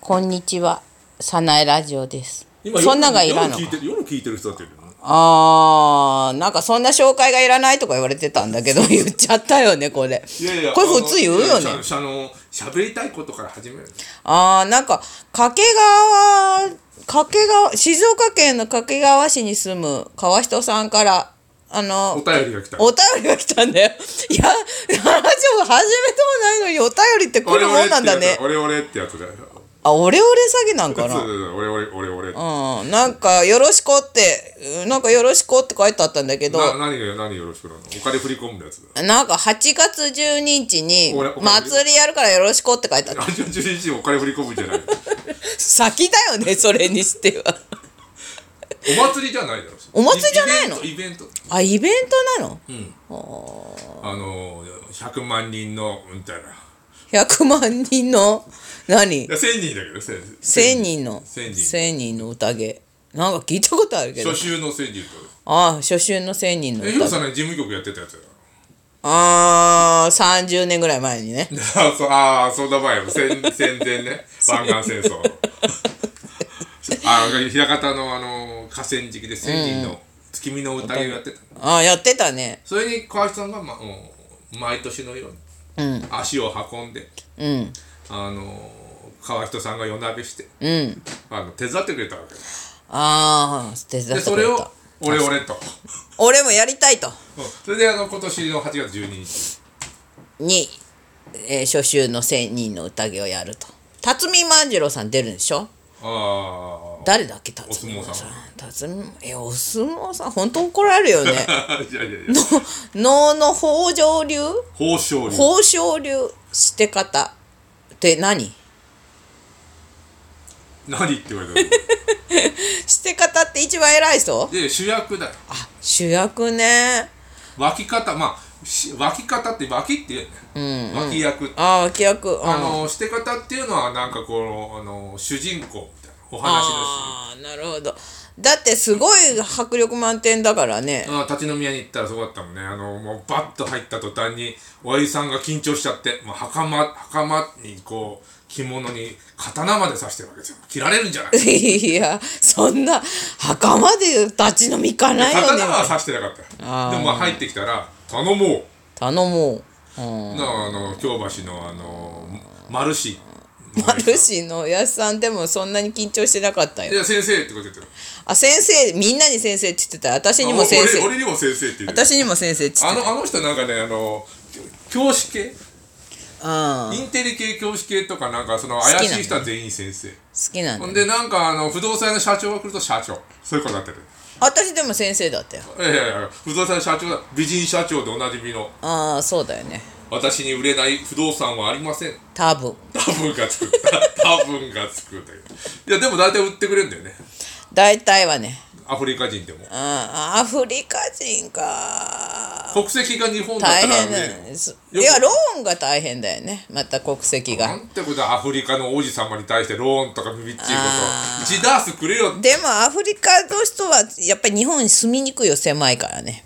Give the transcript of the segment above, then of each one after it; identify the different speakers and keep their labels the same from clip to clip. Speaker 1: こんにちは。さなえラジオです。
Speaker 2: 今
Speaker 1: そんながいらんの
Speaker 2: 夜聞いてる夜聞いてる人だっているよね
Speaker 1: あー、なんかそんな紹介がいらないとか言われてたんだけど、言っちゃったよね、これ。
Speaker 2: いやいや
Speaker 1: これ普通言うよね。
Speaker 2: あのしゃあの喋りたいことから始め る
Speaker 1: あー、なんか、掛川、掛川、静岡県の掛川市に住む川人さんから、あの、
Speaker 2: お便りが来た
Speaker 1: お便りが来たんだよ。いや、ラジオ始めてもないのにお便りって来るもんなんだね。
Speaker 2: オレオレってやつだよ
Speaker 1: あ、オレオレ詐欺なんか
Speaker 2: そう
Speaker 1: な
Speaker 2: そうそうオレオレオレオレな
Speaker 1: うん、なんか「よろしこ」ってうんなんか「よろしこ」って書いてあったんだけど
Speaker 2: 何が何よろしくなのお金振り込む やつだ
Speaker 1: なんか8月12日に
Speaker 2: 俺俺
Speaker 1: 祭りやるからよろしこって書いてあった
Speaker 2: あじゃあ11時お金振り込むんじゃ ない
Speaker 1: 先だよねそれにして は
Speaker 2: お祭りじゃないだろ
Speaker 1: お祭りじゃないの
Speaker 2: イベントイベン
Speaker 1: あイベントなの、
Speaker 2: トあの100万人のみたいない
Speaker 1: 100万人の何
Speaker 2: や1000人だけど1000
Speaker 1: 1000人の
Speaker 2: 1000
Speaker 1: ,1000 人の宴なんか聞いたことあるけど
Speaker 2: 初週の1000人と
Speaker 1: ああ初春の1000人の
Speaker 2: えヒロ
Speaker 1: 宴
Speaker 2: さんね事務局やってたやつだよ
Speaker 1: ああ30年ぐらい前にね
Speaker 2: あそあーそんな前よ戦戦前 ね湾岸戦争あ平方のあの河川敷で千人の月見の宴をやってた、
Speaker 1: ああやってたね
Speaker 2: それに川合さんが、ま、もう毎年のように足を運んで、
Speaker 1: うん
Speaker 2: あの川人さんが夜なべして
Speaker 1: うん
Speaker 2: あの手伝ってくれたわけ
Speaker 1: ああ手伝
Speaker 2: で
Speaker 1: って
Speaker 2: そ
Speaker 1: く
Speaker 2: れ
Speaker 1: れ
Speaker 2: を
Speaker 1: た
Speaker 2: 「俺俺」と
Speaker 1: 俺もやりたいと
Speaker 2: うんそれであの今年の8月12日
Speaker 1: に、えー初秋の千人の宴をやると辰巳万次郎さん出るんでしょ
Speaker 2: ああ
Speaker 1: 誰だっけ辰巳さん辰巳えお相撲さん本当怒られるよね
Speaker 2: いやいやいや
Speaker 1: 能の豊上流
Speaker 2: 豊昇龍
Speaker 1: 豊昇流して方って何
Speaker 2: 何って言われたの
Speaker 1: して方って一番偉い人
Speaker 2: で主役だよ
Speaker 1: あ主役ね
Speaker 2: 湧き方まあし湧き方って湧きって言うよね、湧き役って
Speaker 1: ああ脇役うん
Speaker 2: あのして方っていうのはなんかこのあの主人公みたいなお話の
Speaker 1: あーなるほどだってすごい迫力満点だからね
Speaker 2: 主人公立ち飲み屋に行ったらそうだったもんねあのもうバッと入った途端におやじさんが緊張しちゃってもう袴袴にこう着物に刀まで刺してるわけですよ切られるんじゃない
Speaker 1: いや、そんな、袴で立ち飲み行かないよね
Speaker 2: 刀。は刺してなかった
Speaker 1: あー
Speaker 2: でもまあ入ってきたら頼もう
Speaker 1: 頼もう。うん。
Speaker 2: なあの京橋のあの丸市
Speaker 1: マルシーのおやすさんでもそんなに緊張してなかった
Speaker 2: い
Speaker 1: よ。
Speaker 2: や先生ってこと言ってる
Speaker 1: あ、先生、みんなに先生って言ってた。私にも先
Speaker 2: あ
Speaker 1: 生。
Speaker 2: 俺俺にも先生って言ってる
Speaker 1: 私にも先生って言
Speaker 2: あ
Speaker 1: って
Speaker 2: のあの人なんかねあの教師系
Speaker 1: た。うん。好
Speaker 2: インテリ系教師系とかなんかその怪しい人は全員先生
Speaker 1: きなん
Speaker 2: ほ
Speaker 1: だ
Speaker 2: ん。でなんかあの不動産屋の社長が来ると社長そういうことになってる
Speaker 1: 私でも先生だったよ。
Speaker 2: いやいやいや不動産屋の社長だ美人社長でおなじみの
Speaker 1: ああ、そうだよね。
Speaker 2: 私に売れない不動産はありません
Speaker 1: 多分。
Speaker 2: 多分がつく 多分がつくんだけどいやでも大体売ってくれるんだよね
Speaker 1: 大体はね。
Speaker 2: アフリカ人でも
Speaker 1: うん。アフリカ人か。
Speaker 2: 国籍が日本だ
Speaker 1: 大
Speaker 2: ったら
Speaker 1: 変
Speaker 2: 売れ
Speaker 1: だ
Speaker 2: る
Speaker 1: よね。すいや、ローンが大変だよね。また国籍が
Speaker 2: な。んてことだアフリカの王子様に対してローンとかビビッチーこと1ダースくれよ
Speaker 1: でもアフリカの人はやっぱり日本に住みにくいよ狭いからね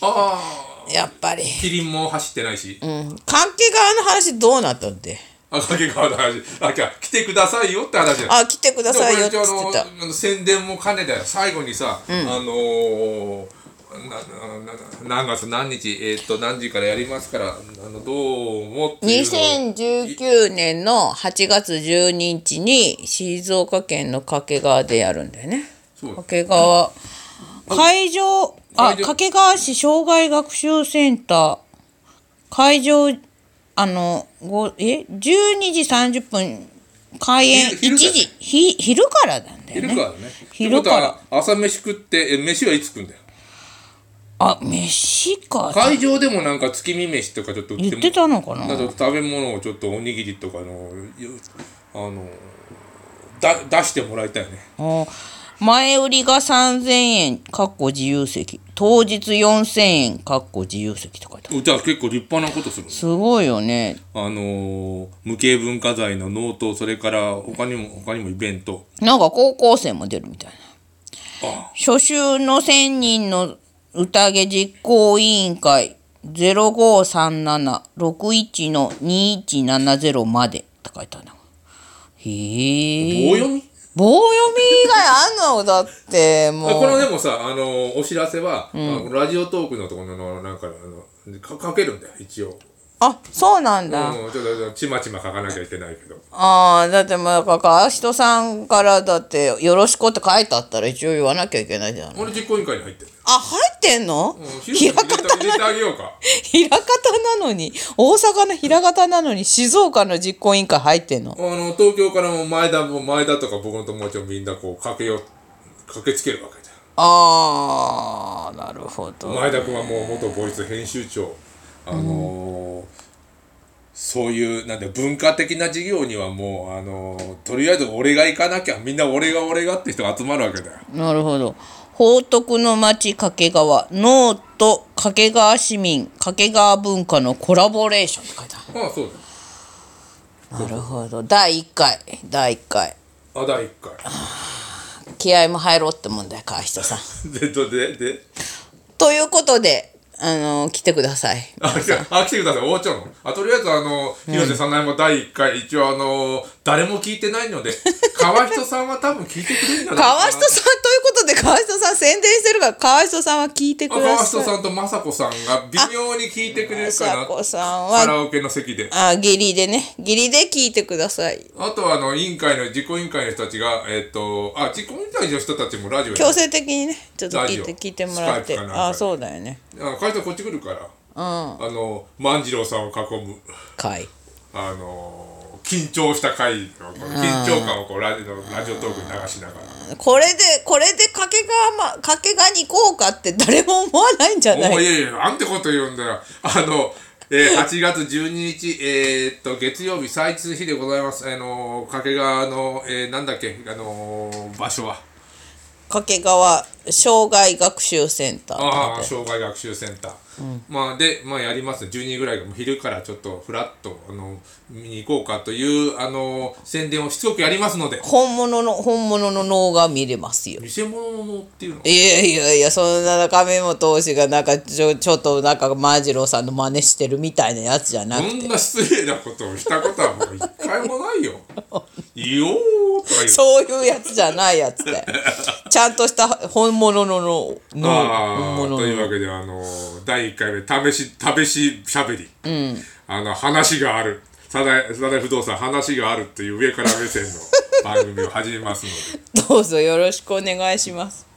Speaker 2: ああ
Speaker 1: やっぱり、
Speaker 2: キリンも走ってないし、
Speaker 1: うん、関係側の話どうなったんで
Speaker 2: あ影川の話あきゃ来てくださいよって話だよ
Speaker 1: あ来てくださいよって
Speaker 2: で
Speaker 1: 言っ
Speaker 2: もこれ
Speaker 1: てた
Speaker 2: 一応あのあの宣伝も兼ねだよ最後にさ、あのーななな何月何日えーっと何時からやりますからあのどうもっていうのを
Speaker 1: 2019年の8月12日に静岡県の掛川でやるんだよね
Speaker 2: そう
Speaker 1: 掛川会場あ
Speaker 2: 会場
Speaker 1: 掛川市障害学習センター会場あのごえ12時30分開演
Speaker 2: 昼
Speaker 1: 1
Speaker 2: 昼だね
Speaker 1: 時ひ昼からなんだよ
Speaker 2: 昼
Speaker 1: ね
Speaker 2: からね
Speaker 1: 昼から
Speaker 2: ってことは朝飯食ってえ飯はいつ食うんだよ
Speaker 1: あ飯か
Speaker 2: 会場でもなんか月見飯とかちょっと売って
Speaker 1: 言ってたのか
Speaker 2: あ
Speaker 1: な
Speaker 2: と食べ物をちょっとおにぎりとかのゆあのだ出してもらいたいね
Speaker 1: あ前売りが3000円かっこ自由席当日4000円かっこ自由席とかだ
Speaker 2: じゃあ結構立派なことする
Speaker 1: すごいよね
Speaker 2: あのー無形文化財のノートそれから他にも他にもイベント
Speaker 1: なんか高校生も出るみたいな
Speaker 2: あ
Speaker 1: 初秋の1000人の宴実行委員会053761の2170までって書いてあるなへえ
Speaker 2: 棒読み
Speaker 1: 棒読み以外あんのだってもう
Speaker 2: あこのでもさあのお知らせは、あラジオトークのところのなんかあのかかけるんだよ一応、
Speaker 1: あそうなんだ、
Speaker 2: うん、ちょっとちまちま書かなきゃいけないけど
Speaker 1: ああだってもうだから川人さんからだって「よろしく」って書いてあったら一応言わなきゃいけないじゃん
Speaker 2: 俺実行委員会に入ってる
Speaker 1: あ入ってんの、
Speaker 2: うん
Speaker 1: ひ
Speaker 2: ひ
Speaker 1: ら
Speaker 2: ろ
Speaker 1: が
Speaker 2: 君入れ
Speaker 1: た
Speaker 2: て入れてあげようか
Speaker 1: ひらかたなのに大阪のひらがたなのに静岡の実行委員会入ってんの
Speaker 2: あの東京からも前田も前田とか僕の友達もみんなこう駆けよ駆けつけるわけじ
Speaker 1: ああなるほ
Speaker 2: ゃん
Speaker 1: ど
Speaker 2: 前田君はもう元ボイス編集長あのーそういうなんて文化的な事業にはもうあのーとりあえず俺が行かなきゃみんな俺が俺がって人が集まるわけだよ
Speaker 1: なるほど報徳の町掛川ノート掛川市民掛川文化のコラボレーションって書いてあ
Speaker 2: ああそう
Speaker 1: るなるほど第1回第1回
Speaker 2: だあ第1回
Speaker 1: 気合も入ろうってもんだよ川人さん
Speaker 2: でどでで
Speaker 1: ということで、あの来てください。
Speaker 2: あ来てあ来てください終わっちゃうのあとりあえずあの広瀬さないも第1回、一応あのー誰も聞いてない ので川人さんは多分聞いてくれるんじゃないかな
Speaker 1: 川人さんということで、川人さん宣伝してるから、川人さんは聞いてくだ
Speaker 2: 川
Speaker 1: さ
Speaker 2: 人
Speaker 1: い。
Speaker 2: さんと雅子さんが微妙に聞いてくれる か
Speaker 1: さ
Speaker 2: な
Speaker 1: こさん
Speaker 2: カ
Speaker 1: は、
Speaker 2: ラオケの席で
Speaker 1: あ、義理でね、義理で聞いてください。
Speaker 2: あとはあの委員会の自己委員会の人たちがえっ、とあ自己委員会の人たちもラジオ
Speaker 1: 強
Speaker 2: や
Speaker 1: 制的にね、ちょっと聞い
Speaker 2: ラジ
Speaker 1: て、
Speaker 2: オ
Speaker 1: 聞いてもらっ
Speaker 2: ス
Speaker 1: て。
Speaker 2: カイプかなんかで
Speaker 1: あ、そうだよね。
Speaker 2: あ会長こっち来るから
Speaker 1: うん。
Speaker 2: あの万次郎さんを囲む
Speaker 1: 会。
Speaker 2: あのー緊張した回のこの緊張感をこうラジオラジオトークに流しながら
Speaker 1: これで、これで掛川、ま、掛川に行こうかって誰も思わないんじゃな
Speaker 2: おおい
Speaker 1: い
Speaker 2: やいやなんてこと言うんだよあの、えー、8月12日えーっと月曜日祭日の日でございますあのー掛川の、えーなんだっけあのー場所は
Speaker 1: 掛川障害学習センター
Speaker 2: ああ
Speaker 1: って書いて
Speaker 2: 障害学習センター、まあでまあやります12時ぐらいがもう昼からちょっとフラッとあの見に行こうかというあのー宣伝をしつこくやりますので
Speaker 1: ある本物の、本物の脳が見れますよ。
Speaker 2: 偽物のっていうの
Speaker 1: いやいやいや、そんな中身も投資がなんかちょ、ちょっとなんか、万次郎さんの真似してるみたいなやつじゃな
Speaker 2: そ
Speaker 1: くて。
Speaker 2: んな失礼なことをしたことはもう一回もないよ。 いいよーとか言う。
Speaker 1: そういうやつじゃないやつ で。ちゃんとした本物のの、の
Speaker 2: あ
Speaker 1: 本
Speaker 2: あ
Speaker 1: 物
Speaker 2: という
Speaker 1: の。
Speaker 2: わけであのー第1回目試し試ししゃべり、あの話があるサダイサダイ不動産話があるっていう上から目線の番組を始めますので
Speaker 1: どうぞよろしくお願いします。